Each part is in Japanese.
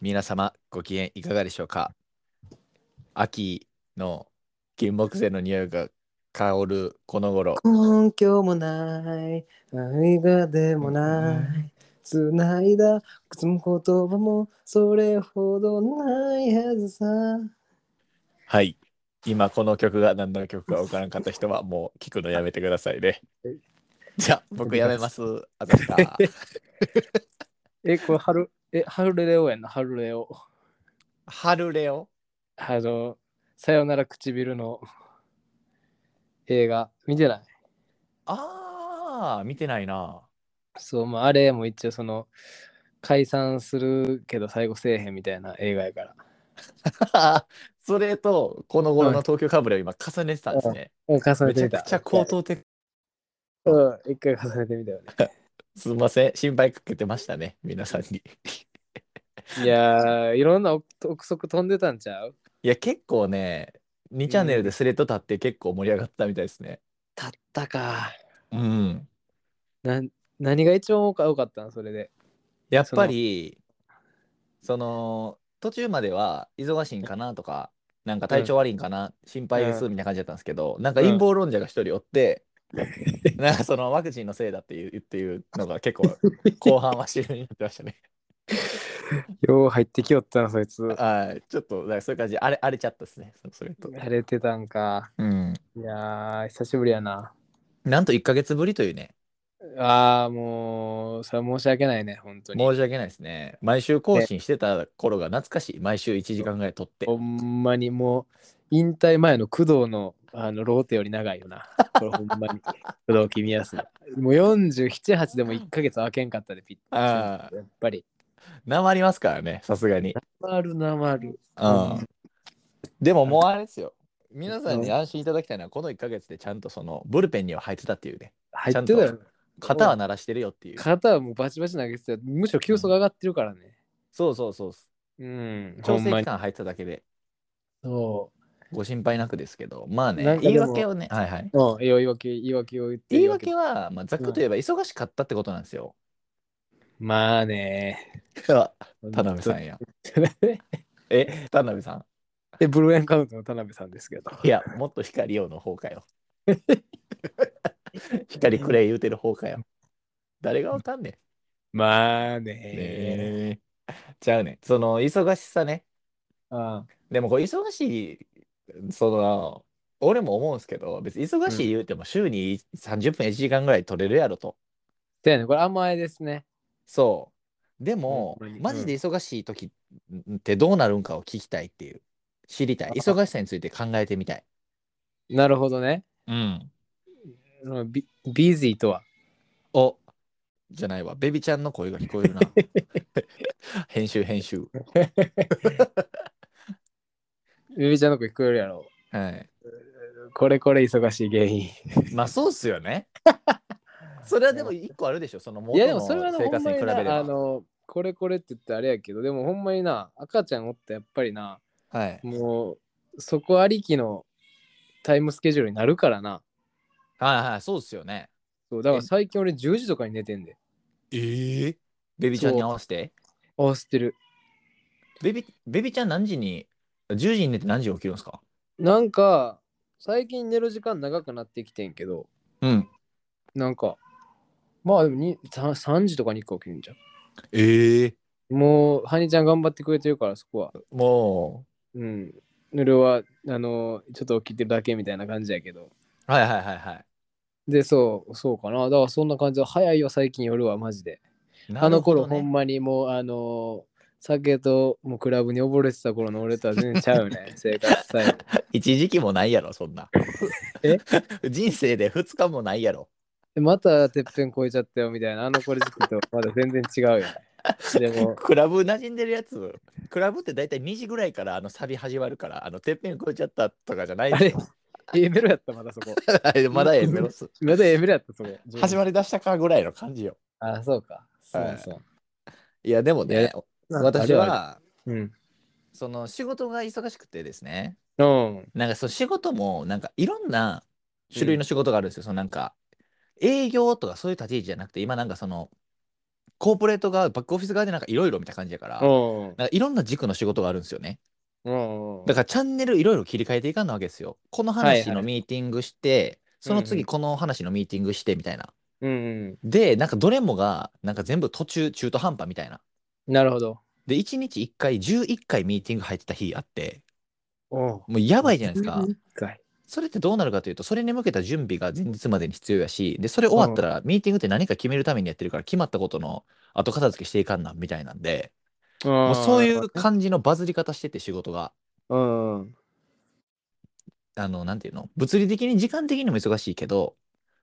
皆様ご機嫌いかがでしょうか秋の金木犀の匂いが香るこの頃根拠もない愛がでもない繋いだ靴も言葉もそれほどないはずさはい今この曲が何の曲か分からんかった人はもう聞くのやめてくださいねはいじゃあ僕やめますあざした えこれ春え春レオやんな春レオ春レオあのさよなら唇の映画見てないあー見てないな そうまああれも一応その解散するけど最後せえへんみたいな映画やからそれとこの頃の東京かぶれを今重ねてたんですね、重めねちてゃみたくちゃ高等的うん一回重ねてみたよねすいません心配かけてましたね皆さんにいやーいろんな憶測飛んでたんちゃういや、結構ね、2チャンネルでスレッド立って結構盛り上がったみたいですね。たったかうん。なん何が一番多か多かったのそれでやっぱり、その、途中までは忙しいんかなとか、なんか体調悪いんかな、心配ですみたいな感じだったんですけど、なんか陰謀論者が一人おって、なんかそのワクチンのせいだっていうっていうのが結構後半は主流になってましたね。よう入ってきよったなそいつはい。ちょっと、なんかそういう感じ、荒れ荒れちゃったですね、そそれと。荒れてたんかうん。いやー久しぶりやななんと1ヶ月ぶりというね、あーもうそれは申し訳ないね本当に申し訳ないですね。毎週更新してた頃が懐かしい。毎週1時間ぐらい撮ってほ。んまにもう引退前の工藤のあのローテより長いよ な。これほんまに。工藤君康もう47、8でも1ヶ月空けんかったで、ピッああやっぱり。なまりますからね、さすがに。なるなまる。う。うんでももうあれですよ。皆さんに安心いただきたいのは、この1ヶ月でちゃんとそのブルペンには入ってたっていうね。入ってたちゃんよ。肩は鳴らしてるよっていう。肩はもうバチバチ投げてたよ。むしろ球速上がってるからね。そうそうそう。うん。ほ調ん整ま期に。間入ってただけで、そご心配なくですけど、まあなねん、か言いでも訳をね、はいはい。う。うん。いいよ言い訳、言い訳を言って。言い訳は、まあ、ざっくと言えば忙しかったってことなんですよ。まあね。田辺さん や。え、田辺さん。で、ブルーエンカウントの田辺さんですけど。いや、もっと光をの方 かよ。光くれ言うてる方かよ。誰がわかんねまあね。ん。ねえちゃうねん。その忙しさね。あでもこう忙しい、その、俺も思うんですけど、別に忙しい言うても週に30分1時間ぐらい取れるやろと。だよね。これ甘えですね。そう。でも、うんマジで忙しい時ってどうなるんかを聞きたいっていう。知りたい。忙しさについて考えてみたい。なるほどね。うん。そのビビーズイとは。おじゃないわ。ベビちゃんの声が聞こ えるな。編集、編集。ゆびちゃんの声聞こえるやろ。 はい。これこれ忙しい原因。まあ、そうっすよ ね。それはでも一個あるでしょ。そのい元やでのもそれはね、生ほん活まに比にべれな、あば。の、これこれって言ってあれやけど、でもほんまにな、赤ちゃんおってやっぱりな、はい。もうそこありきのタイムスケジュールになるからな。はいはい、そうっすよね。そうだから最近俺10時とかに寝てんで。ええベビちゃんに合わせて。あ、知ってる。ベビ、ベビちゃん何時に、10時に寝て何時に起きるんですかなんか、最近寝る時間長くなってきてんけど、うん。なんか、まあでもに 3, 3時とかに1個起きるんじゃええん。もう、ハニちゃん頑張ってくれてるから、そこは。もうん。ヌルは、あの、ちょっと起きてるだけみたいな感じやけど。う、はいはいはいはい。で、そう、そうかな。だからそんな感じは、早いよ、最近夜は、マジで。あの頃、ほんま。まにもう、あの酒ともうクラブに溺れてた頃の俺とは全然ちゃうね、生活スタイル。一時期もないやろ、そんな。 え 人生で2日もないやろ。でまたてっぺん越えちゃったよみたいな、あの頃時期とまだ全然違うよね。でも、クラブ馴染んでるやつ、クラブって大体2時ぐらいからあのサビ始まるから、あのてっぺん越えちゃったとかじゃないあでれすよ。、 A メロやった、ま だそこ。あれまだエメロス。まだ A メロやった、そこ。始まりだしたかぐらいの感じよ。あ、そうか。そはいうそう。いや、でもいねや、私あるある、は、うん。その仕事が忙しくてですね、うん。なんかその仕事も、なんかいろんな種類の仕事があるんですよ。そのなんか、営業とかそういう立ち位置じゃなくて、今なんかその、コーポレート側バックオフィス側でなんかいろいろみたいな感じやから、うんなんかいろんな軸の仕事があるんですよね。うんうんだからチャンネルいろいろ切り替えていかんなわけですよ。この話のミーティングして、そのうんう次んこの話のミーティングしてみたいな。うんで、なんかどれもが、なんか全部途中、中途半端みたいな。うんなるほどで、1日1回、11回ミーティング入ってた日あって、おもうやばいじゃないですか。一回それってどうなるかというと、それに向けた準備が前日までに必要やし、で、それ終わったら、ミーティングって何か決めるためにやってるから、決まったことの後片付けしていかんな、みたいなんで、ももうそういう感じのバズり方してて、仕事が。うんうんあの、なんていうの物理的に、時間的にも忙しいけど、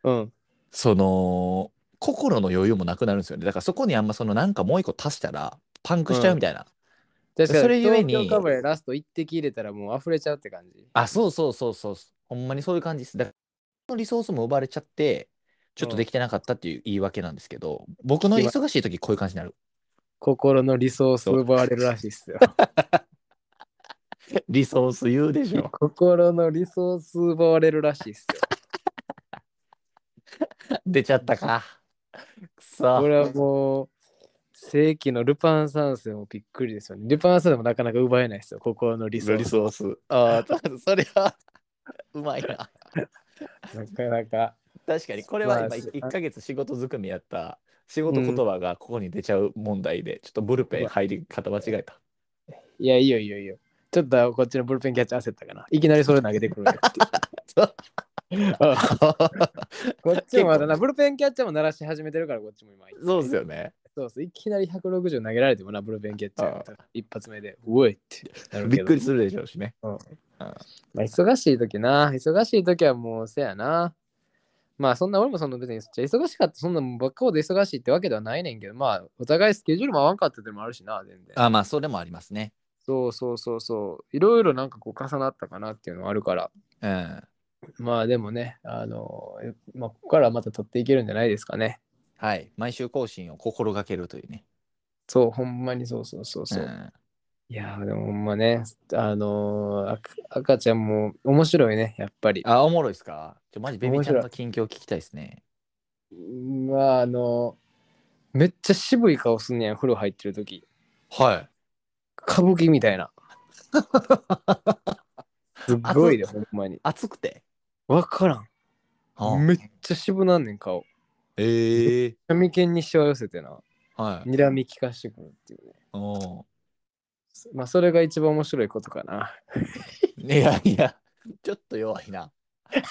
うんその、心の余裕もなくなるんですよね。だからそこにあんまその、なんかもう一個足したら、パンクしちゃうみたいな。確かにそれゆえに東京カブレラスト一滴入れたらもう溢れちゃうって感じあ、そうそうそうそう。ほんまにそういう感じです。だから、そのリソースも奪われちゃって、ちょっとできてなかったっていう言い訳なんですけど、僕の忙しい時こういう感じになる。心のリソースを奪われるらしいっ すよリソース言うでしょ。心のリソース奪われるらしいっすよ 出ちゃったか。くこそ。れはもう世紀のルパン三世もびっくりですよねルパン三世もなかなか奪えないですよ心のリソースース。ああ、それは、うまいな。なかなか確かに、これはまあ今そう1ヶ月仕事ずくめやった仕事言葉がここに出ちゃう問題で、ちょっとブルペン入り方間違えた。いやいいよいいよいいよちょっとこっちのブルペンキャッチャー焦ったかないきなりそれ投げてくるやつっていううん こっちもまだな、ブルペンキャッチャーも鳴らし始めてるから、こっちも今。 そうですよね。そうそう、いきなり160投げられてもな、ブルペンキャッチャあー。一発目で、うおいってなるけど。びっくりするでしょうしね。まあ、忙しい時な、忙しい時はもうせやな。まあそんな俺もその別にじゃあ忙しかったそんなばっかほど忙しいってわけではないねんけどまあお互いスケジュールも合わんかったってのもあるしな全然あまあ、それもありますね。そうそうそうそういろいろなんかこう重なったかなっていうのはあるからうん。まあでもねあのまあここからまた取っていけるんじゃないですかねはい、毎週更新を心がけるというね。そうほんまにそうそうそうそう、んいやーでもほんまね、あのーあく赤ちゃんも面白いね、やっぱり。あ、おもろいっすかちょ、マジベビちゃんの面近況聞きたいですね。まあ、あのーめっちゃ渋い顔すんねやん、風呂入ってる時はい。歌舞伎みた いな。すっごいで、あそほんまに。暑くて。わからん。めっちゃ渋なんねん、顔。ええ闇剣にしわ寄せてな、はい。睨み聞かしてくるっていうね。おまあ、それが一番面白いことかな。 ーいやいや、ちょっと弱いな。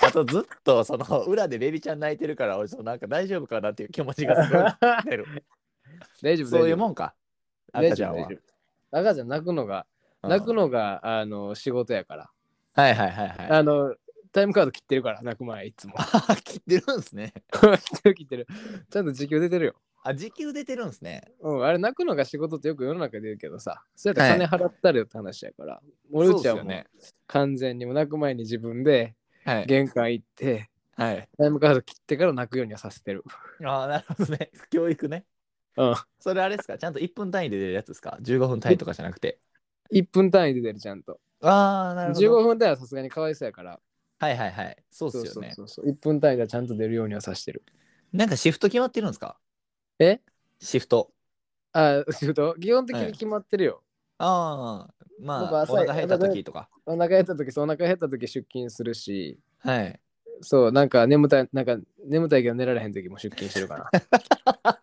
あとずっとその裏でベビちゃん泣いてるから、俺そのなんか大丈夫かなっていう気持ちがすごい 出る。大丈夫、そういう大丈夫もんか。大赤ち丈ゃ夫ん大は丈。夫赤ちゃん泣くのが、うん泣くのが、あの、仕事やから。はいはいはいはい。あの、タイムカード切ってるから、泣く前、いつも。 あ、切ってるんですね。切ってる切ってる。ちゃんと時給出てるよ。あ、時給出てるんですね。うん、あれ、泣くのが仕事ってよく世の中で言うけどさ、それやったら金払ったるよって話やから、俺うちはそうっすもよねう完全にもう泣く前に自分ではい。玄関行って、はい。タイムカード切ってから泣くようにはさせてる。ああ、なるほどね。 教育ね。うん。それあれですかちゃんと1分単位で出るやつですか ?15 分単位とかじゃなくて。 1分単位で出る、ちゃんと。ああ、なるほ15ど。分単位はさすがにかわいそうやから、はいはいはい。そうっすよね。そうそうそう。1分単位ではちゃんと出るようにはさしてる。なんかシフト決まってるんですかえシフト。ああ、仕事基本的に決まってるよ。ああ、ま僕あ、朝お腹減った時とか。お腹減った時、そうお腹減った時出勤するし、 はい。そう、なんか眠たい、なんか眠たいけど寝られへん時も出勤して るから。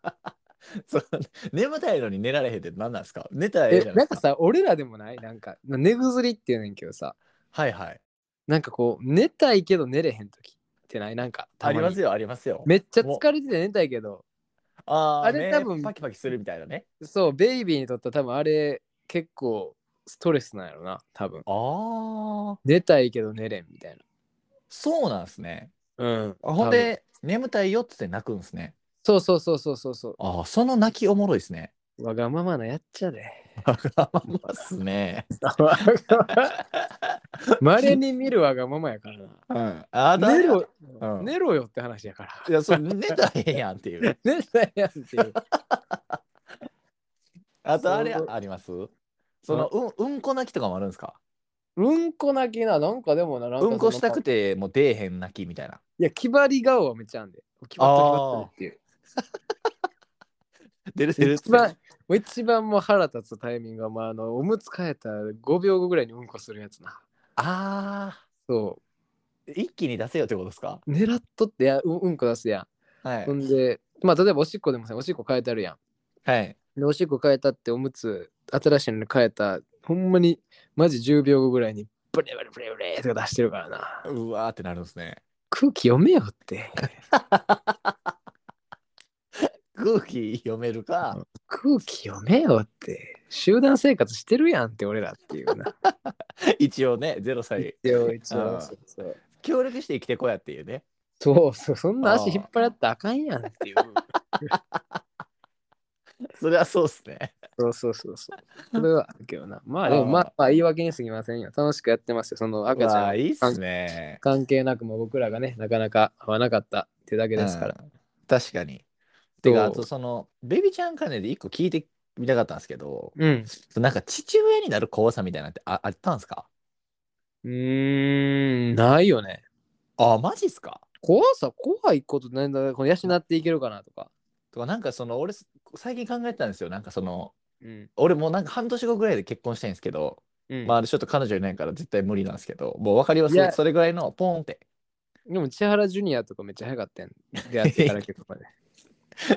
そう眠たいのに寝られへんって何なんですか寝たらえええじゃなないんかさ俺らでもないなんかな寝ぐずりっていうねんけどさはいはい。なんかこう寝たいけど寝れへん時ってないなんかあたりまにますよ、ありますよ。めっちゃ疲れてて寝たいけどあああれれね、多多分分パキパキするみたいなね。そうベイビーにとったら多分あれ結構ストレスなんやろな多分ああ、寝たいけど寝れんみたいそうなんですね。なうんあほんで、眠たいよっつって泣くんですね。多分そうそうそうそうそうそああ、その泣きおもろいです ね。うわがままなやっち ゃでわがままっすね。まれに見るわがままやからうん。あな寝ろ、うん寝ろよって話やから いや、そう、寝たらええやんっていう。寝たいやんっていうあと、あれそうありますその、うん、うんこ泣きとかもあるんですかうんこ泣きな、なんかでもな、なんかうんこしたくて。て、もう出えへん泣きみたい な。いや、気張り顔はめっちゃあんで。気張った気張ったでっていう。出る出るっつって一番、もう一番もう腹立つタイミングは、まあ、あの、おむつ替えた5秒後ぐらいにうんこするやつな。あそー一気に出せよってことですかう。狙っとってや、ううんこ出すやはいん。ほんで、まあ、例えばおしっこでもさ、おしっこ変えてあるやはいん。で、おしっこ変えたって、おむつ、新しいのに変えた、ほんまに、マジ10秒後ぐらいに、ブレブレブレブレとか出してるからな。うわーってなるんですね空気読めよって。空気読めるか、空気読めよって。集団生活してるやんって、俺らってい うな。一応ね0歳一応、一あ応。ーそうそう協力して生きてこうやっていうねそうそう、そんな足あー引っ張らったらあかんやんっていう。それはそうっすね そうそうそうそう。それはあるけどな。まあでもあーまあ、まあ、言い訳にすぎませんよ。楽しくやってますよ。その赤ちわゃあんいいっすね関係なくも僕らがね、なかなか会わなかったってだけですから。うん確かにてかあそうとそのベビちゃん関連で一個聞いてみたかったんですけどうん。なんか父親になる怖さみたいなのってああったんですかうーん、ないよね。あマジっすか怖さ、怖いことなんだ、この養っていけるかなとか。とかなんかその俺最近考えてたんですよなんかそのうん。俺もうなんか半年後ぐらいで結婚したいんですけど、うん、まあちょっと彼女いないから絶対無理なんですけどもう別れをすいるやそれぐらいのポーンって でも千原ジュニアとかめっちゃ早かったやん。出会ってから結 構ね。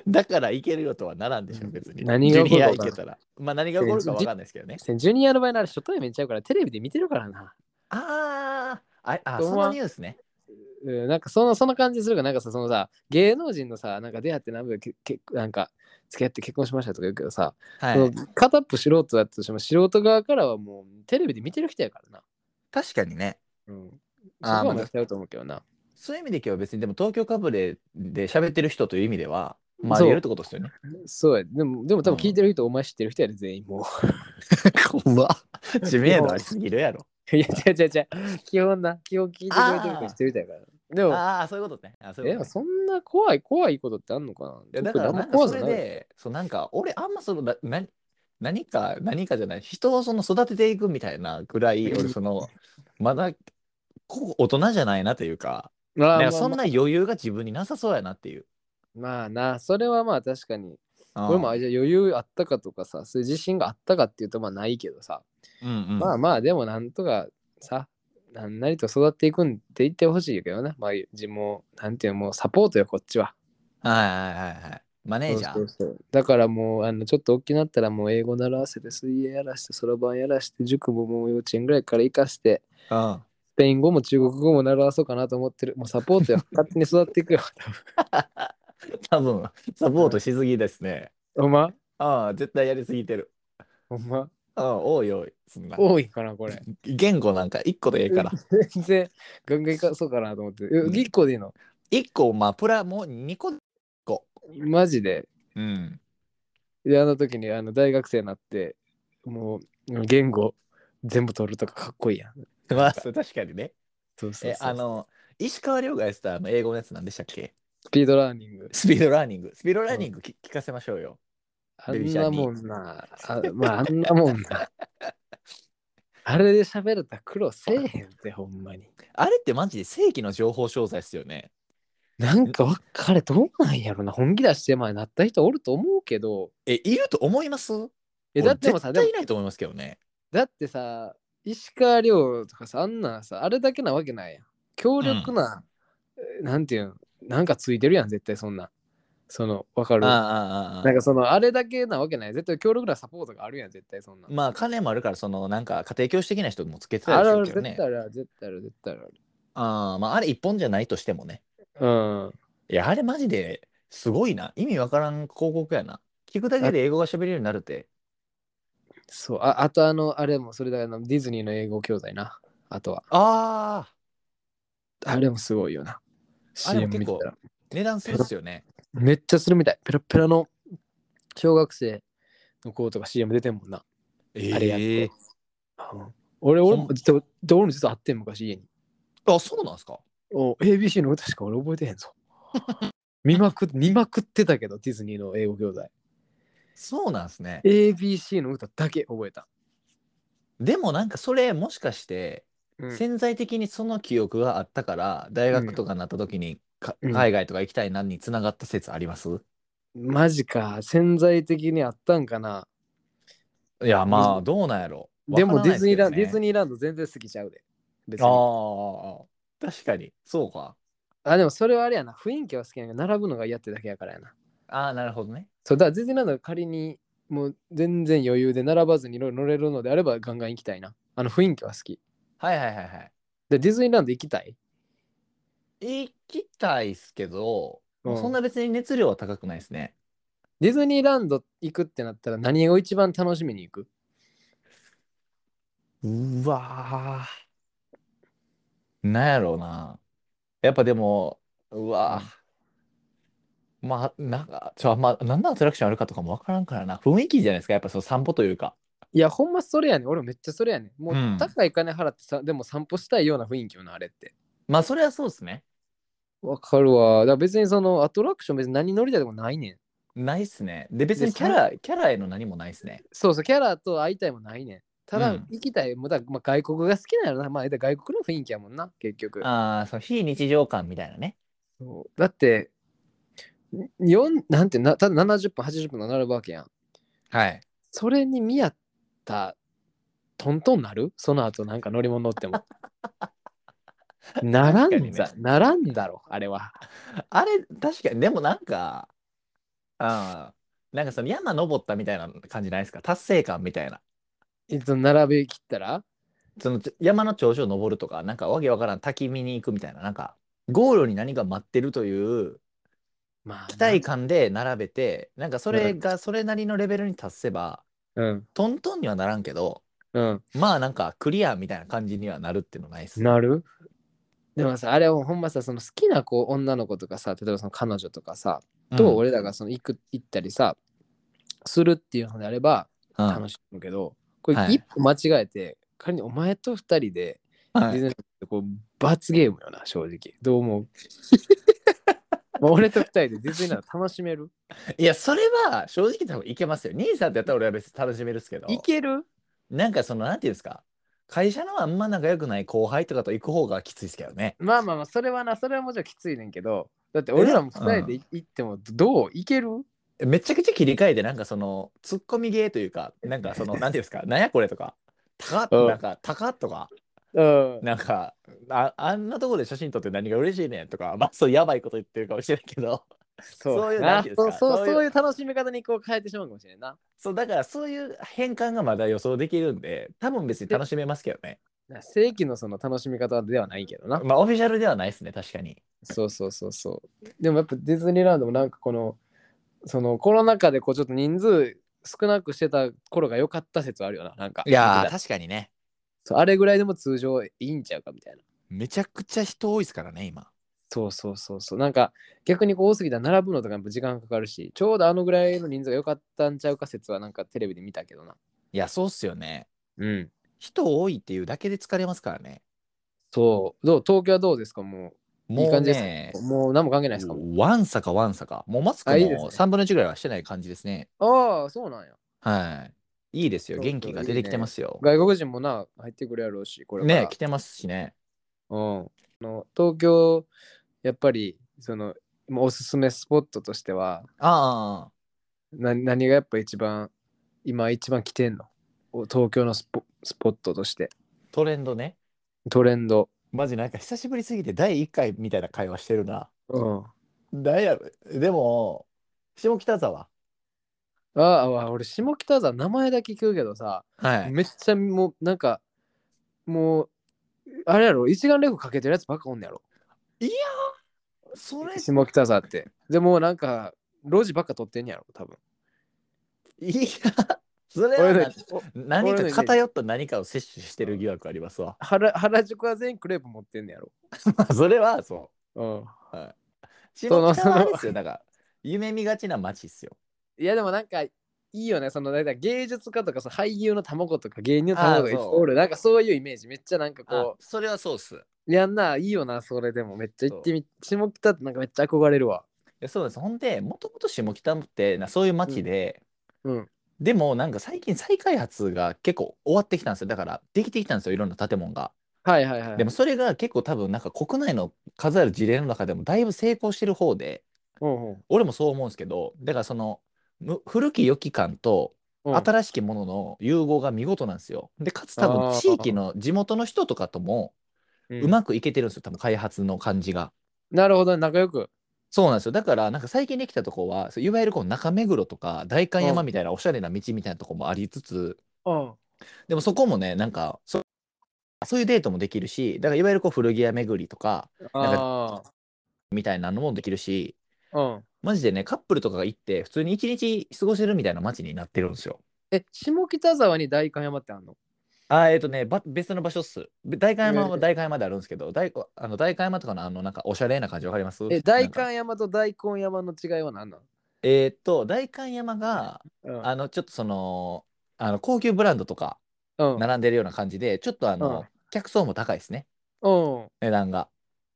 だからいけるよとはならんでしょ別に何が起こるかジュニアいけたらまあ何が起こるかわかんないですけどねジュニアの場合なら初対面ちゃうからテレビで見てるからな。あーああどうそものニュースねうん、なんかそのその感じするがなんかさそのさ芸能人のさなんか出会って何秒けけなんか付き合って結婚しましたとか言うけどさ、はいその片っぽ素人だったとしても素人側からはもうテレビで見てる人やからな、確かにねうん、そこあーはま間あ違うと思うけどなそういう意味で今日は別にでも東京かぶれで喋ってる人という意味ではまあそう言えるってことですよね。そうやでもでも多う分ん聞いてる人、お前知ってる人やで全員も怖っ 知名度ありすぎるやろ。う いや違う違う違う基本な基本聞いてくれてる人知ってる人やからでもああそういうことね。あそういえうでこともねそんな怖い怖いことってあんのかないやだから特になんあんかま怖そされないでそうなんか俺あんまそのな何何か何かじゃない人をその育てていくみたいなぐらい俺そのまだこう大人じゃないなというかまあまあなんまかあそんな余裕が自分になさそうやなっていう。まあなそれはまあ確かにうん俺もあじゃあ余裕あったかとかさそういう自信があったかっていうとまあないけどさ、うんうんまあまあでもなんとかさなんなりと育っていくんって言ってほしいけどなまあ自もうなんていうのもうサポートよこっちははいはいはいはい。マネージャー。そうそうそうだからもうあのちょっと大きくなったらもう英語習わせて水泳やらしてそろばんやらして塾ももう幼稚園ぐらいから行かしてうんスペイン語も中国語も習わそうかなと思ってるもうサポートよ勝手に育っていくよ多分サポートしすぎですね。 ほんまああ、絶対やりすぎてる。ほんまああ、おいおい、そんな。多いかなこれ言語なんか1個でええから。全然ガンガン行かそうかなと思ってうん1個でいいの1個、まあ、プラもう2個。マジでうん。であの時にあの大学生になってもう言語全部取るとかかっこいいやん。まあ、そう確かにね。そうそうそうえ、あの、石川遼がやってたあの英語のやつなんでしたっけスピードラーニング。スピードラーニング。スピードラーニングき聞かせましょうよ。あベビんちゃなんにもんな。あまああんなもんな。 あれで喋れたら苦労せえへんってほんまに。あれってマジで正規の情報商材っすよね。なんかわ彼どうなんやろな。本気出して前なった人おると思うけど。え、いると思いますえだっても俺絶さ、でも対いないと思いますけどね。だってさ、石川遼とかさ、あんなんさ、あれだけなわけないやん。強力な、えなんていうん、なんかついてるやん、絶対そんなん。その、わかるああ、ああ、ああなんかそのあれだけなわけない。絶対強力なサポートがあるやん、絶対そんな。まあ、金もあるから、その、なんか、家庭教師的な人もつけてたありるすあるる、けど絶ね対。ある、絶対ある、絶対ある。ああ、まあ、あれ一本じゃないとしてもね。うん。いや、あれマジですごいな。意味わからん広告やな。聞くだけで英語が喋れるようになるって。そう、ああとあの、あれも、それだけのディズニーの英語教材な。あとは。ああ、あれもすごいよな。あれも CM 見てたら。値段するっすよね。めっちゃするみたい。ペラペラの小学生の子とか CM 出てんもんな。えあれやってえうん俺、俺もほん、でもで俺も実はあってん昔家に。あ、そうなんすかお ABC の歌しか俺覚えてへ んぞ。見まくっ見まくってたけど、ディズニーの英語教材。そうなんすね。 ABC の歌だけ覚えた。でもなんかそれもしかして潜在的にその記憶があったから大学とかになった時にかうん海外とか行きたいなにつながった説ありますマジか。潜在的にあったんかな。いや、まあ、どうなんやろ。でもわかデらィないズニーランド、デでィすけズどねニーランド全然過ぎちゃうで。別あに。ーあー、あー確かに。そうか。あ、でもそれはあれやな。雰囲気は好きやけど、並ぶのが嫌ってだけやからやな。ああ、なるほどね。そう、だからディズニーランドが仮にもう全然余裕で並ばずにいろいろ乗れるのであればガンガン行きたいな。あの雰囲気は好き。はいはいはいはい。で、ディズニーランド行きたい行きたいっすけど、うんそんな別に熱量は高くないですね。ディズニーランド行くってなったら何を一番楽しみに行くうわーなんやろうな。やっぱでも、うわーまあ、なんか、ちょ、あんまあ、何のアトラクションあるかとかもわからんからな。雰囲気じゃないですか。やっぱその散歩というか。いや、ほんまそれやねん。俺めっちゃそれやねん。もうんう高い金払ってさ、でも散歩したいような雰囲気よな、あれって。まあ、それはそうですね。わかるわ。だから別にそのアトラクション別に何乗りたいでもないねん。ないっすね。で、別でにキャラ、キャラへの何もないっすね。そうそう、キャラと会いたいもないねん。ただうん行きたい、もうだまあ、外国が好きなのな。まあ、だから外国の雰囲気やもんな、結局。ああ、その非日常感みたいなね。そうだって、4なんてなただ70分、80分の並ぶわけやん。はい。それに見合ったトントンなるその後なんか乗り物乗って も。なら確かにんねざ、ならんだろ、あれは。あれ、確かに、でもなんか、あーなんかその山登ったみたいな感じないですか達成感みたいな。えっと、並び切ったらそのち山の頂上登るとか、なんかわけわからん滝見に行くみたいな、なんか、ゴールに何か待ってるというまあ。期待感で並べて、なんかそれがそれなりのレベルに達せば、な。うん。トントンにはならんけど、うん。まあなんかクリアみたいな感じにはなるっていうのないっすね。なるでもさ、あれはほんまさ、その好きな子、女の子とかさ、例えばその彼女とかさ、と俺らがその行く行ったりさ、するっていうのであればうん、うん楽しむけど、こはれい一歩間違えて、仮にお前と二人でディはズニいーランドこう罰ゲームよな、正直。どう思 うまあ俺と二人でディズニーランド楽しめるいや、それは正直多分いけますよ。兄さんってやったら俺は別に楽しめるっすけど、いけるなんかその、なんていうんですか、会社のあんま仲良くない後輩とかと行く方がきついっすけどね。まあまあまあ、それはな、それはもちろんきついねんけど、だって俺らも二人でい行ってもどういけるめちゃくちゃ切り替えてなんかそのツッコミゲーというかなんかそ のなんていうんですかなんやこれとか高っうんなんか高っとかうん。なんかああんなとこで写真撮って何が嬉しいねんとかまあそうやばいこと言ってるかもしれないけど そうそういうなんなていうんでそすうかそそうういうそういう楽しみ方にこう変えてしまうかもしれんな。そうだからそういう変換がまだ予想できるんで多分別に楽しめますけどねな正規のその楽しみ方ではないけどな。まあオフィシャルではないですね確かにそうそうそうそう。でもやっぱディズニーランドもなんかこの、そのコロナ禍でこうちょっと人数少なくしてた頃が良かった説あるよな。なんか。確かにねそうあれぐらいでも通常いいんちゃうかみたいな。めちゃくちゃ人多いですからね今そうそうそうそう。なんか逆にこう多すぎたら並ぶのとかやっぱ時間かかるし、ちょうどあのぐらいの人数が良かったんちゃうか説はなんかテレビで見たけどな。いやそうっすよねうん。人多いっていうだけで疲れますからねそう。どう東京はどうですかもう。もいいう感じねですかもう何も関係ないですかもうわんさかわんさか。もうマスクあいいですもね3分の1ぐらいはしてない感じですね。ああ、そうなんや。はい。いいですよ。そうそう元気が出てきてますよ。外国人もな、入ってくるやろうし、これからね来てますしね。うん、あの東京やっぱりそのまあおすすめスポットとしてはああ。な何がやっぱ一番今一番来てんのお東京のスポスポットとしてトレンドね。トレンド、マジなんか久しぶりすぎて第1回みたいな会話してるな。うん、誰やろでも、下北沢。ああわ俺下北沢名前だけ聞くけどさ、はい。めっちゃもうなんかもうあれやろ一眼レフかけてるやつばっかおんねやろそ れ、下北沢ってでもなんか路地ばっか撮ってんねやろ多分いや、それ俺はのなお何俺かの偏った何かを摂取してる疑惑ありますわ。原原宿は全員クレープ持ってんねやろまあそれはそう。うん下の北沢ですよ。だから、夢見がちな街っすよ。いやでもなんかいいよねそのだいたい芸術家とかさ俳優の卵とか芸人の卵がいあーっぱいそうおるなんかそういうイメージめっちゃなんかあこそれはそうっす。うやんないいよなそれでもめっちゃ行ってみ下北ってなんかめっちゃ憧れるわいやそうです。ほんで、もともと下北ってなそういう街で、うんでもなんか最近再開発が結構終わってきたんですよ。だからできてきたんですよ、いろんな建物が。はいはいはいでもそれが結構多分なんか国内の数ある事例の中でもだいぶ成功してる方で、うんうん俺もそう思うんですけどだからそのむ古き良き感とうん。新しきものの融合が見事なんですよ。でかつ多あ分ー地域の地元の人とかともうんうまくいけてるんですよ多分開発の感じが。なるほど、仲良く。そうなんですよだからなんか最近できたとこはそういわゆるこう中目黒とか代官山みたいなおしゃれな道みたいなとこもありつつうん。でもそこもねなんかそそういうデートもできるしだからいわゆるこう古着屋巡りとかあみたいなのもできるしあ。うん。マジでねカップルとかが行って普通に一日過ごせるみたいな街になってるんですよ。え、下北沢に代官山ってあんのあーえっ、とねば別の場所っす。べ代官山えはー代官山であるんですけど代官あの代官山とかのあのなんかおしゃれな感じわかりますなんえ、代か官山と大根山の違いは何なのえーっと代官山がうんあのちょっとそのあの高級ブランドとかうん。並んでるような感じでちょっとあの、うん客層も高いですねうん。値段が。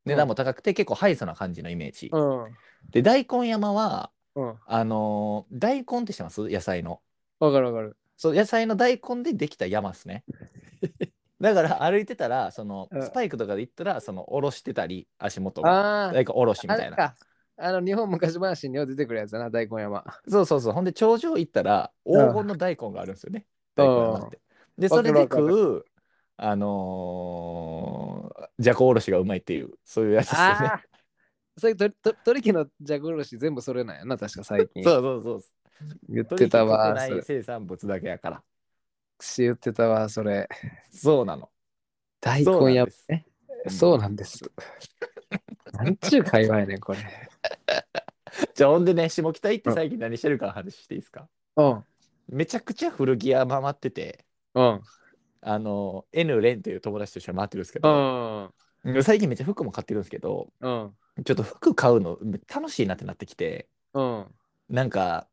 値段も高くて結構ハイソな感じのイメージ。うん。で大根山はうん。あのー大根ってしてます野菜の。わかるわかる。そう野菜の大根でできた山ですね。 だから歩いてたらそのうんスパイクとかで行ったらその下ろしてたり足元がああ。大根おろしみあたれいな。か。あの、日本昔話によく出てくるやつだな、大根山。そうそうそうほんで頂上行ったらん黄金の大根があるんですよね。う大ん根山って。でそわれかるでわかる食うあのーじゃこおろしがうまいっていうそういうやつですよね。ああ。それとと鳥木のじゃこおろし全部それなんやな、確か最近。そうそうそう。言っ取て引た国わ。そ内れ生産物だけやから。言ってたわ、それ。そうなの。大根そうなん山ですねう。んそうなんです。なんちゅう会話やねん、これ。じゃあほんでね下北行って最近何してるか話していいですかうん。めちゃくちゃ古着屋回っててうん。あの N レンという友達と一緒に回ってるんですけうど、ん。最近めっちゃ服も買ってるんですけどうん。ちょっと服買うの楽しいなってなってきてうん。なんか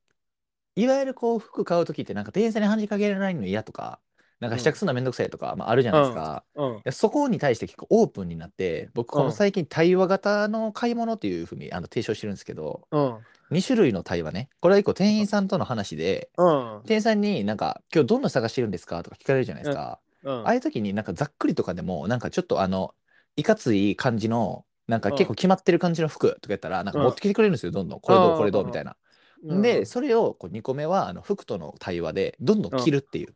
いわゆるこう服買う時ってなんか店員さんに話しかけられないの嫌とかなんか試着するのめんどくさいとか、まあ、あるじゃないですか、うんい。やそこに対して結構オープンになって僕こうのん最近対話型の買い物っていうふうにあの提唱してるんですけどうん。 2種類の対話ねこれは一個店員さんとの話でうん。店員さんになんか今日どんな探してるんですかとか聞かれるじゃないですか、うんああいう時になんかざっくりとかでもなんかちょっとあのいかつい感じのなんか結構決まってる感じの服とかやったらなんか持ってきてくれるんですよどんどんこれどうこれどうみたいな。でそれをこう2個目はあの服との対話でどんどん着るっていう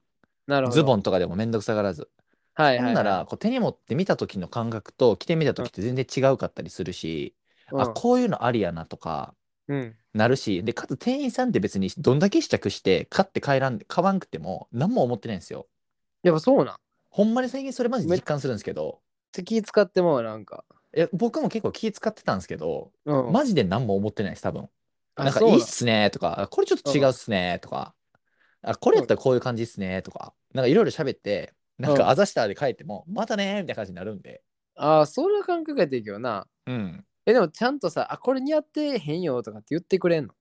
なるほど。ズボンとかでも面倒くさがらずはいはいはほい。んならこう手に持って見た時の感覚と着てみた時って全然違うかったりするし、うん、あこういうのありやなとかうん。なるしでかつ店員さんって別にどんだけ試着して買って帰らん買わんくても何も思ってないんですよ。やっぱそうなん。めっほんまに最近それマジ実感するんですけどちゃ気使ってもうなんか。え僕も結構気使ってたんですけどうん。マジで何も思ってないです多分。あなんかそいういっだすねとかあこれちょっと違うっすねとかあこれやったらこういう感じっすねとかなんかいろいろ喋ってなんうかんあざしたで帰ってもまたねーみたいな感じになるんで。ああ、そんな感覚やっていくよな。うんえ、でもちゃんとさ、あ、これ似合ってへんよとかって言ってくれんの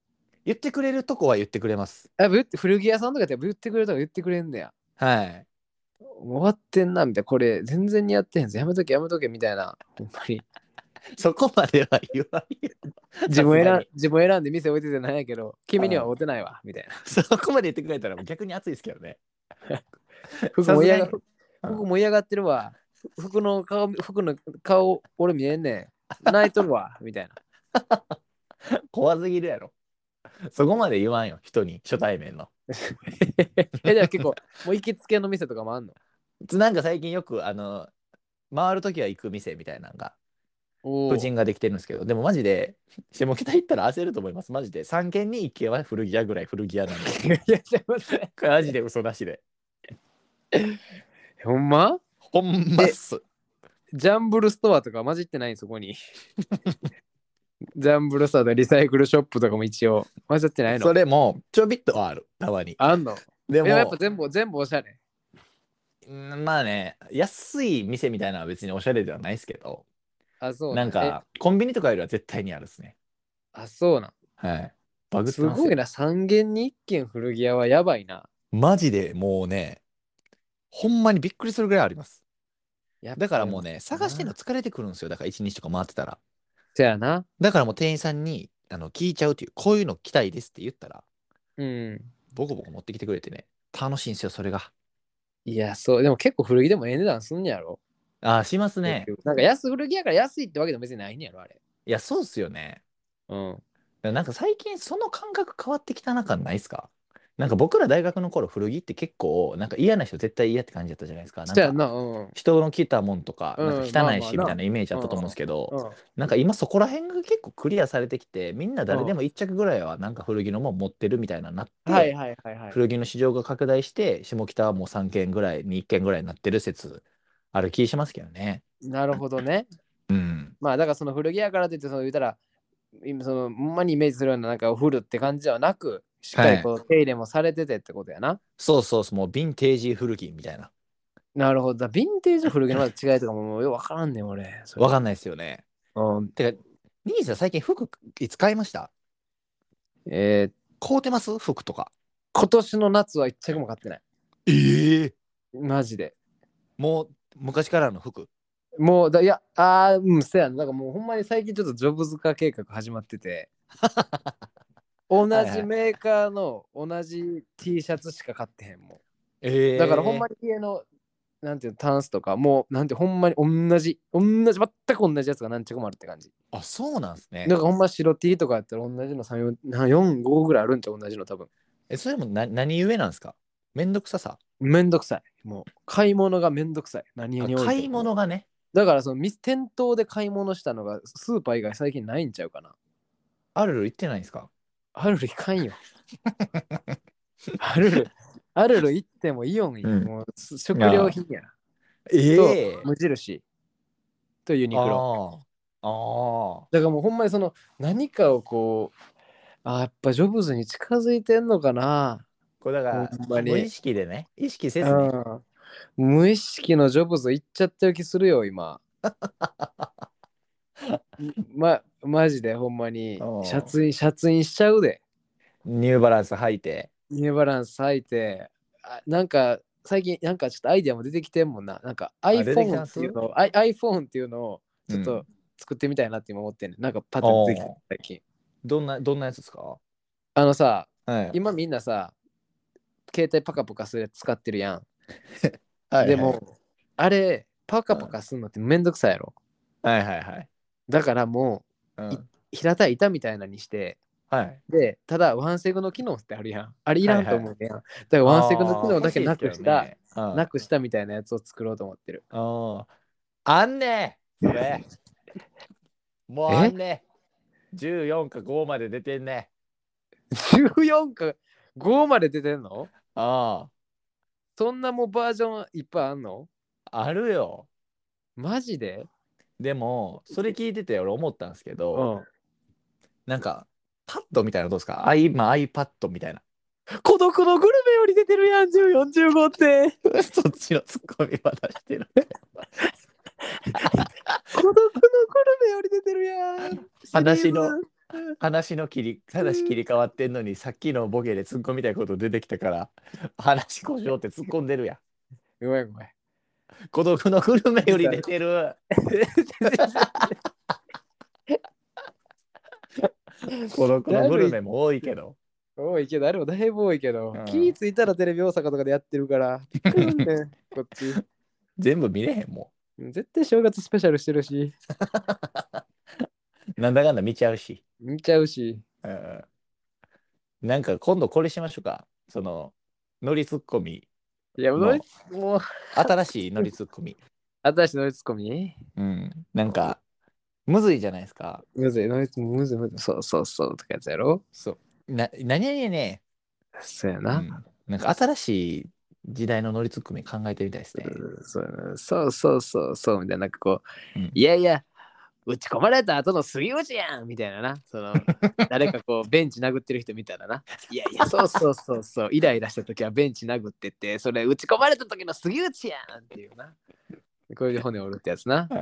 言ってくれるとこは言ってくれます。あ、ぶって古着屋さんとかって言ってくれるとか言ってくれんだよ。はい。終わってんな、みたいな。これ全然似合ってへんぞ。やめとけ、やめとけ、みたいな。ほんま に。そこまでは言わないよ。自分選さん自分選んで店置いててないやけど、君には合うてないわ、みたいな。すがにそこまで言ってくれたらもう逆に熱いですけどね。服も嫌 がさすがに服も嫌がってるわ。ふ服の顔、服の顔、俺見えんねん。泣いとるわ、みたいな。怖すぎるやろ。そこまで言わんよ、人に、初対面の。え、でも結構、もう行きつけの店とか もあんのなんか最近よく、あの、回るときは行く店みたいなのが、お婦ー人ができてるんですけど、でもマジで、下北行ったら焦ると思います。マジで、3軒に1軒は古着屋ぐらい古着屋なんで。 いや、ちょっと待ってこれマジで嘘なしで。ほんまほんまっす。ジャンブルストアとか混じってないんそこに。 ジャンブルストアとかリサイクルショップとかも一応混ざってないその。れも、ちょびっとはある、たまに。あんのででも、もやっぱ全部、全部おしゃれ。うんまあね安い店みたいなのは別におしゃれではないですけどあ、そうなん。かコンビニとかよりは絶対にあるですねえあ、そうなはいバん。グってすますよごいな。三軒に一軒古着屋はやばいな。マジでもうねほんまにびっくりするぐらいありますやっぱだからもう。ね探してんの疲れてくるんですよだから一日とか回ってたらじゃあな。だからもう店員さんにあの聞いちゃうというこういうの着たいですって言ったらうん。ボコボコ持ってきてくれてね楽しいんですよそれがいや、そう。でも結構古着でもええ値段すんねやろ。あーしますね結局なんか安古着やから安いってわけでも別にないんやろ、あれ。いやそうっすよねうん。なんか最近その感覚変わってきた中ないですかなんか僕ら大学の頃古着って結構なんか嫌な人絶対嫌って感じだったじゃないですか。なんそうやんかな、うん。うん人の着たもんとかうんなんか汚いしまあまあなみたいなイメージあったと思うんですけどなんか今そこら辺が結構クリアされてきてみんな誰でも1着ぐらいはなんか古着のもん持ってるみたいなのになっはいてはいはいはい。古着の市場が拡大して下北はもう3軒ぐらいに1軒ぐらいになってる説ある気しますけどね。なるほどね。 うん。まあだからその古着屋からといってその言うたら今そのほんまにイメージするようななんかお古って感じではなくしっかりこう手入れもされててってことやな。そうそうそうもうヴィンテージ古着みたいな。なるほど。だからヴィンテージと古着のまだ違いとかももうよくわからんねん俺。それわかんないですよね。うんてか兄さん最近服いつ買いましたえー買うてます服とか。今年の夏は一着も買ってない。ええマジで。もう昔からの服。もうだいやあーうんせやななんかもうほんまに最近ちょっとジョブズ化計画始まって ては同いはじいメーカーの同じ T シャツしか買ってへんもえうえだからほんまに。に家のなんていうのタンスとかもうなんてほんまに同じ同じ全く同じやつが何着もあるって感じあそうなんですねだ。からほんま白 T とかやったら同じの345ぐらいあるんちゃう同じの多分えそれもな何故なんですかめんどくささ。めんどくさいもう買い物がめんどくさい何あにおいても買い物がねだからそのみ店頭で買い物したのがスーパー以外最近ないんちゃうかなあるる行ってないんですかアルルいかんよ。 アルル、アルル行ってもイオンや、うんもうす食料品や。えと、無印。とユニクロ。あーあだからもうほんまにその何かをこう、あーやっぱジョブズに近づいてんのかな。ー。これだからほんまに無意識でね意識せずにうん。無意識のジョブズ行っちゃってる気するよ、 今。ま、マジでほんまにおうシャツイン、シャツインしちゃうで。ニューバランス履いて。ニューバランス履いて、あなんか最近なんかちょっとアイディアも出てきてんもんな。なんか出てきた iPhone んっすていうのを、I- iPhone っていうのをちょっうとん作ってみたいなって今思ってんねん。なんかパターン出てきおたう最近。どんなどんなやつですかあのさ、はい。今みんなさ、携帯パカパカするやつ使って るやん。はいでも、あれ、パカパカするのってめんどくさいやろ。はいはいはい。だからもうんいう平たい板みたいなにして、はい。で、ただワンセグの機能ってあるやん。あれいらんと思うやん。だからワンセグの機能だけなくした、たなくしたみたいなやつを作ろうと思ってる。ああんねそれもうあんね14か5まで出てんね14か5まで出てんのあそんなもうバージョンいっぱいあんのああるよマジででもそれ聞いてて俺思ったんですけうど、ん。なんかパッドみたいなのどうですか I まあ iPad みたいな 孤独のグルメより出てるやん、1445って。そっちのツッコミは出してる孤独のグルメより出てるやん。話のシリーズ話の切り話切り替わってんのにさっきのボケでツッコみたいなこと出てきたから話故障って突っ込んでるやんごめん ごめん。孤独のグルメより出てる孤独のグルメも多いけど多いけど、あれもだいぶ多いけど、うん気ぃついたらテレビ大阪とかでやってるから、びっくりなんだよこっち。全部見れへんも絶対正月スペシャルしてるし、んなんだかんだ見ちゃうし、見ちゃうし。うんなんか今度これしましょうかそのノリツッコミいや、ももうう、もう新しいノリツッコミ、新しい乗りツッコミうん、なんかむずいじゃないですかむずい、ノイズむずい、むずい、そうそうそうとかやつやろそうな何々ね、そうやうな。んなんか新しい時代のノリツッコミ考えてみたいですね、うんそうやなそうそうそうそうみたいな、なんかこう、うんいやいや、打ち込まれた後のスリー打ちやんみたいなな。そ の、誰かこう、ベンチ殴ってる人見たらな。いや いや、そうそうそうそう、イライラした時はベンチ殴ってって、それ打ち込まれた時のスリー打ちやんっていうな。これで骨折るってやつうな。こん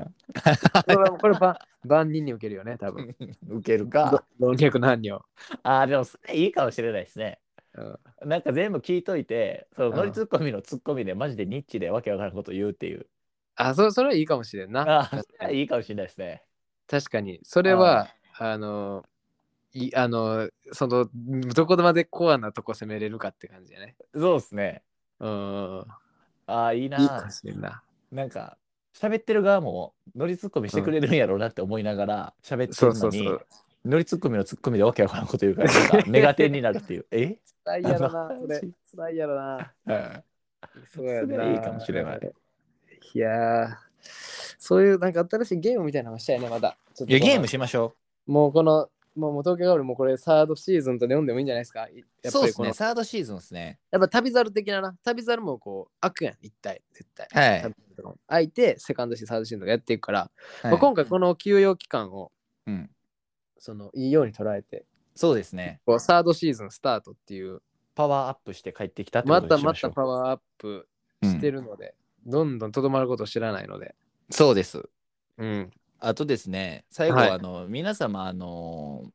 れはこれば万人に受けるよね、多分。 ウケるか老若男女。あーでもそれいいかもしれないですねうんなんか全部聞いといてそのうんノリツッコミのツッコミでマジでニッチでわけわからんこと言うっていうあ、そそれはいいかもしれんな。ああ、いいかもしれないですね。確かにそれはあのいあのそのどこまでコアなとこ攻めれるかって感じやねそうですね。うんああ、いいいいかもな。しれんななんか、喋ってる側もノリツッコミしてくれるんやろうなって思いながら喋ってそるうそのうそにう、ノリツッコミのツッコミでわけわからんこと言うから、なん かメガテンになるっていう。え辛いやろな、それ。辛いやろな。はいそうやそな。れいいかもしれない。いやー、そういうなんか新しいゲームみたいなのもしたいね、まだ。ちょっといや、ゲームしましょもうこの、もうもう東京ガールもこれサードシーズンとで読んでもいいんじゃないですか。いう。やっぱりそうですこのね、サードシーズンですね。やっぱ旅猿的なな、旅猿もこう、悪やん、一体、絶対。はい旅猿とかも空いて、セカンドシーズン、サードシーズンとかやっていくから、はいまあ、今回この休養期間を、うん、その、いいように捉えて、そうですね。こうサードシーズンスタートっていう、パワーアップして帰ってきたってこまとにたしまましょう。たパワーアップしてるので、どんどんとどまることを知らないので、うんそうです。うん。あとですね、最後はいはあの、皆様、あの、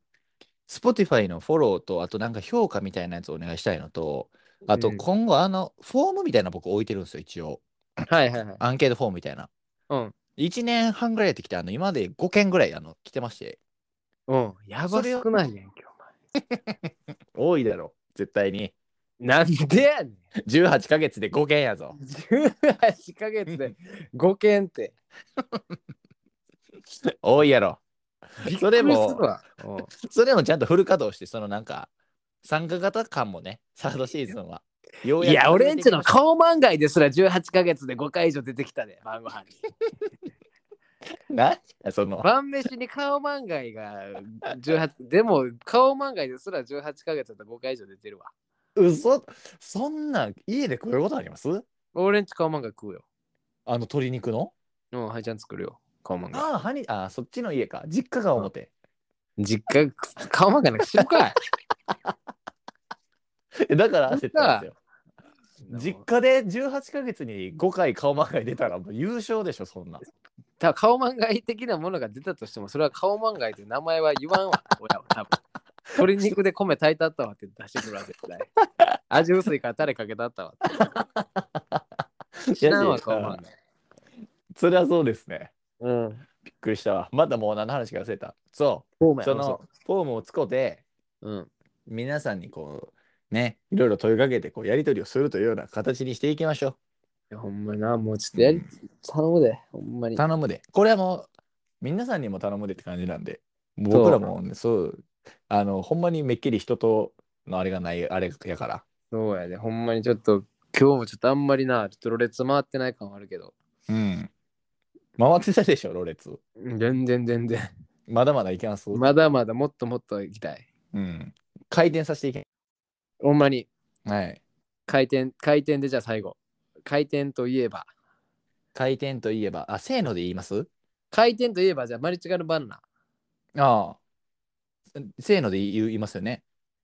Spotify のフォローと、あとなんか評価みたいなやつお願いしたいのと、あとうん今後、あの、フォームみたいな僕置いてるんですよ、一応。はいはいはい。アンケートフォームみたいな。うん。 1年半ぐらいやってきて、あの、今まで5件ぐらい、あの、来てまして。うん。やばそれを少ないやんけ、お多いだろ、絶対に。 前。なんでやねん。 18ヶ月で5件や ぞ。 18ヶ 月で5件って。多いやろ。それびっくりするも、わうんそれもちゃんとフル稼働して、そのなんか、参加型感もね、サードシーズンは。ようやいくや、俺んちの 顔漫画ですら18ヶ月で5回以上出てきたで、晩ご飯に。なんやその、 晩飯に顔漫画が18、でも顔漫画ですら18ヶ月だと5回以上出てるわ。嘘そんなん家で食うことあります俺んち顔漫画食うよ。あの鶏肉のうん、はいちゃん作るよ。顔漫画。ああ、はに、あーそっちの家か。実家が表。実家、顔漫画なんか知るかいえだから焦ったんですよ。実実家で18ヶ月に5回顔まがい出たらもう優勝でしょ、そんなん。た顔漫画的なものが出たとしても、それは顔漫画という名前は言わんわ、親は多分。鶏肉で米炊いてあったわって出してくるわ、絶対。味薄いからタレかけてあったわって。知らんわ、顔漫それはそうですね。画。うん。びっくりしたわ。まだもう何の話か忘れた。そそうう、めんそのフォームをつこて、うん。皆さんにこう、ね、いろいろ問いかけて、こう、やり取りをするというような形にしていきましょいやほんまにな、もうちょっう。とやり、頼むで、ほんまに。頼むで。これはもう、皆さんにも頼むでって感じなんで、僕らもね、そう、あの、ほんまにめっきり人とのあれがない、あれやから。そうやで、ほんまにちょっと、今日もちょっとあんまりな、ちょっとろれつ回ってない感はあるけど、うん。回ってたでしょ、ロレツ。全然全然。まだまだいけます。まだまだもっともっと行きたい。うん。回転させていけ。ほんまに、はい。回転、回転でじゃあ最後。回転といえば、回転といえば、あ、せーので言います回転といえば、じゃあマリチカルバンナー。ああ。せーので言う言いますよね。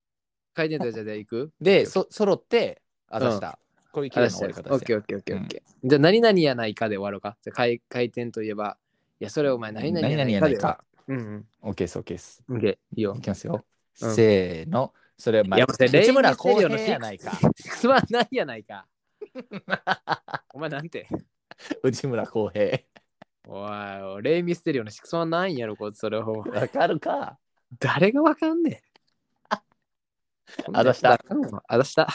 回転といえばじゃあじゃあ行 くで、そ揃って、あざした。こういう綺麗な話し終てわり方オッしてケーオッケーオッケーオッケー。じゃあ何々やないかで終わろうか。じゃあ回回転といえば、いや、それお前何々やないかで終わ。ろう。うんオッケーです、オッケーです。うん。オッケー、いいよ い。きますよ。うんせーの。それは、まいや待って内村レイ航ミステリオ平のやないか。すまないやない か。お前なんて。内村航平。おい、レイ・ミステリオのシクソはないんやろ、こいつそれを。わかるか。誰がわかんねえ。あだした。あだした。